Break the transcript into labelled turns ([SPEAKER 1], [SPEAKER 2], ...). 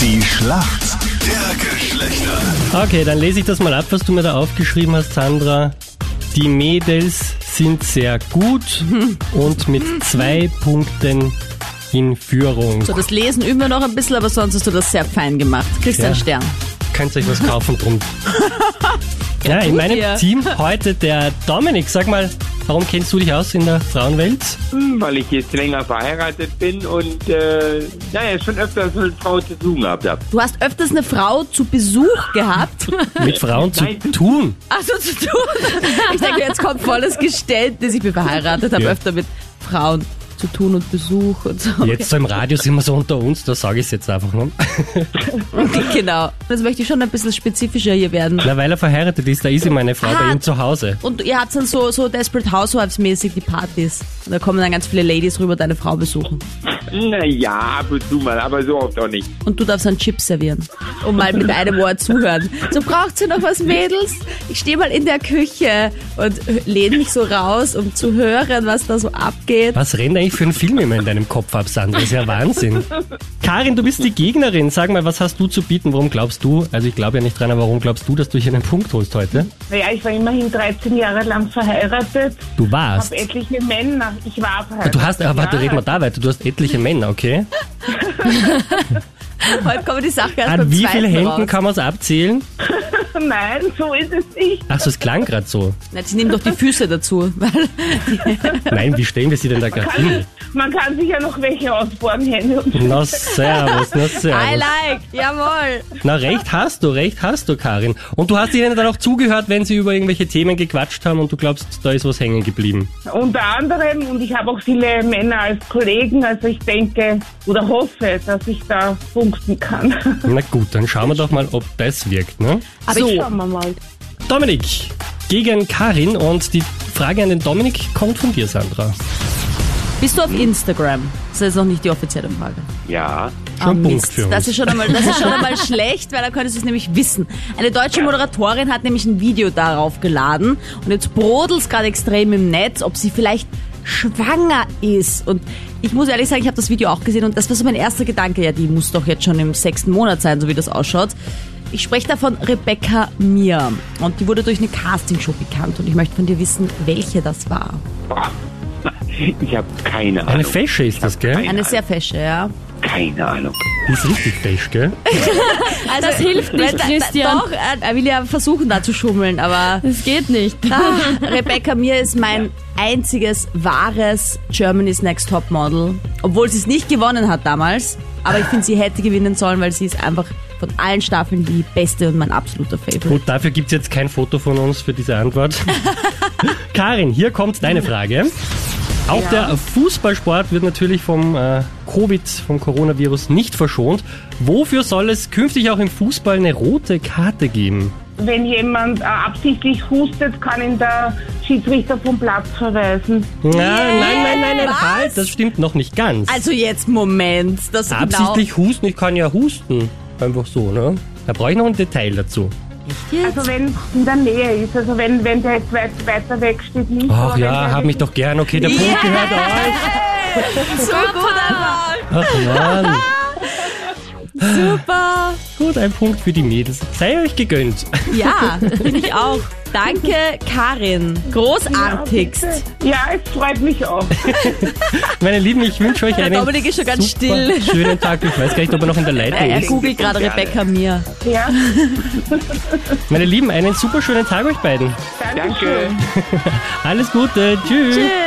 [SPEAKER 1] Die Schlacht der Geschlechter.
[SPEAKER 2] Okay, dann lese ich das mal ab, was du mir da aufgeschrieben hast, Sandra. Die Mädels sind sehr gut und mit zwei Punkten in Führung.
[SPEAKER 3] So, das Lesen üben wir noch ein bisschen, aber sonst hast du das sehr fein gemacht. Kriegst
[SPEAKER 2] Ja.
[SPEAKER 3] einen Stern.
[SPEAKER 2] Könnt ihr euch was kaufen drum. ja, in
[SPEAKER 3] gut,
[SPEAKER 2] meinem
[SPEAKER 3] ja.
[SPEAKER 2] Team heute der Dominik. Sag mal, warum kennst du dich aus in der Frauenwelt?
[SPEAKER 4] Hm, Weil ich jetzt länger verheiratet bin und äh, naja, schon öfters mit Frau zu tun gehabt habe.
[SPEAKER 3] Du hast öfters eine Frau zu Besuch gehabt.
[SPEAKER 2] Mit Frauen zu
[SPEAKER 4] Nein.
[SPEAKER 2] tun.
[SPEAKER 3] Achso, zu tun. Ich denke, jetzt kommt volles Geständnis. Ich bin verheiratet, habe
[SPEAKER 2] Ja.
[SPEAKER 3] öfter mit Frauen zu tun und Besuch und so.
[SPEAKER 2] Jetzt so im Radio sind wir so unter uns, da sage ich es jetzt einfach ne? mal.
[SPEAKER 3] Genau. Jetzt möchte ich schon ein bisschen spezifischer hier werden.
[SPEAKER 2] Na, weil er verheiratet ist, da ist ihm meine Frau bei
[SPEAKER 3] Ah.
[SPEAKER 2] ihm zu Hause.
[SPEAKER 3] Und ihr habt dann so, so Desperate Housewives-mäßig die Partys. Und da kommen dann ganz viele Ladies rüber, deine Frau besuchen.
[SPEAKER 4] Naja, ab und zu mal, aber so oft auch nicht.
[SPEAKER 3] Und du darfst dann Chips servieren. Und Um mal mit einem Ohr zuhören. So braucht ihr noch was, Mädels? Ich stehe mal in der Küche und lehne mich so raus, um zu hören, was da so abgeht.
[SPEAKER 2] Was rennt eigentlich für ein Film immer in deinem Kopf ab, Sandra? Ist ja Wahnsinn. Karin, du bist die Gegnerin. Sag mal, was hast du zu bieten? Warum glaubst du, also ich glaube ja nicht dran, aber warum glaubst du, dass du hier einen Punkt holst heute?
[SPEAKER 5] Naja, ich war immerhin 13 Jahre lang verheiratet,
[SPEAKER 2] Du warst.
[SPEAKER 5] habe etliche Männer. Ich war verheiratet.
[SPEAKER 2] Du hast, aber warte,
[SPEAKER 5] ja.
[SPEAKER 2] reden wir da weiter. Du hast etliche Männer, okay?
[SPEAKER 3] Heute kommt die Sache erst
[SPEAKER 2] An
[SPEAKER 3] beim
[SPEAKER 2] wie
[SPEAKER 3] zweiten
[SPEAKER 2] viele Händen
[SPEAKER 3] raus.
[SPEAKER 2] kann man es abzählen?
[SPEAKER 5] also Nein, so ist es nicht.
[SPEAKER 2] Ach so, es klang gerade so.
[SPEAKER 3] Na, sie nehmen doch die Füße dazu. weil-
[SPEAKER 2] Nein, wie stellen wir sie denn da gerade hin?
[SPEAKER 5] Man kann sich ja noch welche ausbohren, Hände. Und
[SPEAKER 2] Na servus, na
[SPEAKER 3] I
[SPEAKER 2] servus.
[SPEAKER 3] like, jawohl.
[SPEAKER 2] Na recht hast du, recht hast du, Karin. Und du hast ihnen dann auch zugehört, wenn sie über irgendwelche Themen gequatscht haben und du glaubst, da ist was hängen geblieben.
[SPEAKER 5] unter anderem, und ich habe auch viele Männer als Kollegen, also ich denke oder hoffe, dass ich da punkten kann.
[SPEAKER 2] Na gut, dann schauen wir doch mal, ob das wirkt, ne?
[SPEAKER 3] Aber
[SPEAKER 5] so,
[SPEAKER 3] ich,
[SPEAKER 5] schauen wir mal.
[SPEAKER 2] Dominik gegen Karin und die Frage an den Dominik kommt von dir, Sandra.
[SPEAKER 3] bist du auf Instagram? Das ist noch nicht die offizielle Frage.
[SPEAKER 4] Ja.
[SPEAKER 2] Schon ein Punkt für
[SPEAKER 3] Ah, Das
[SPEAKER 2] uns.
[SPEAKER 3] ist schon einmal, das ist schon einmal schlecht, weil dann könntest du es nämlich wissen. Eine deutsche Moderatorin hat nämlich ein Video darauf geladen und jetzt brodelt's gerade extrem im Netz, ob sie vielleicht schwanger ist. Und ich muss ehrlich sagen, ich habe das Video auch gesehen und das war so mein erster Gedanke. Ja, die muss doch jetzt schon im sechsten Monat sein, so wie das ausschaut. Ich spreche da von Rebecca Mir und die wurde durch eine Castingshow bekannt und ich möchte von dir wissen, welche das war.
[SPEAKER 4] Boah. Ich habe keine Ahnung.
[SPEAKER 2] Eine Fesche ist das, gell?
[SPEAKER 3] Eine sehr fesche, ja.
[SPEAKER 4] Keine Ahnung.
[SPEAKER 2] Die ist richtig fesch, gell?
[SPEAKER 3] Also, das hilft
[SPEAKER 6] nicht, Christian.
[SPEAKER 3] Doch, äh, er er will ja versuchen, da zu schummeln, aber
[SPEAKER 6] Das geht nicht.
[SPEAKER 3] Ah, Rebecca Mir ist mein einziges wahres Germany's Next Top Model. Obwohl sie es nicht gewonnen hat damals. Aber ich finde, sie hätte gewinnen sollen, weil sie ist einfach von allen Staffeln die beste und mein absoluter Favorite.
[SPEAKER 2] Gut, dafür gibt's jetzt kein Foto von uns für diese Antwort. Karin, hier kommt deine Frage. Auch der Fußballsport wird natürlich vom äh, Covid, vom Coronavirus nicht verschont. Wofür soll es künftig auch im Fußball eine rote Karte geben?
[SPEAKER 5] Wenn jemand äh, absichtlich hustet, kann ihn der Schiedsrichter vom Platz verweisen.
[SPEAKER 2] Na, nein, nein, nein, nein,
[SPEAKER 3] was?
[SPEAKER 2] halt, das stimmt noch nicht ganz.
[SPEAKER 3] Also jetzt, Moment. Das
[SPEAKER 2] Absichtlich husten, ich kann ja husten. Einfach so, ne? Da brauche ich noch ein Detail dazu.
[SPEAKER 5] Also wenn in der Nähe ist, also wenn, wenn der jetzt weit, weiter weg steht, nicht.
[SPEAKER 2] Ach
[SPEAKER 5] aber wenn
[SPEAKER 2] ja,
[SPEAKER 5] der
[SPEAKER 2] hab mich doch gern. Okay, der Punkt gehört euch.
[SPEAKER 3] Genau, so gut aber.
[SPEAKER 2] Ach Mann.
[SPEAKER 3] Super.
[SPEAKER 2] Gut, ein Punkt für die Mädels. Sei euch gegönnt.
[SPEAKER 3] Ja, finde ich auch. Danke, Karin. Großartigst.
[SPEAKER 5] Ja, es freut mich auch.
[SPEAKER 2] Meine Lieben, ich wünsche euch einen
[SPEAKER 3] Dominik ist schon ganz
[SPEAKER 2] super
[SPEAKER 3] still.
[SPEAKER 2] schönen Tag. Ich weiß gar nicht, ob er noch in der Leitung
[SPEAKER 3] Er
[SPEAKER 2] ist.
[SPEAKER 3] googelt gerade Rebecca Mir.
[SPEAKER 5] Ja,
[SPEAKER 2] Meine Lieben, einen super schönen Tag euch beiden.
[SPEAKER 5] danke.
[SPEAKER 4] Danke.
[SPEAKER 2] Alles Gute. Tschüss.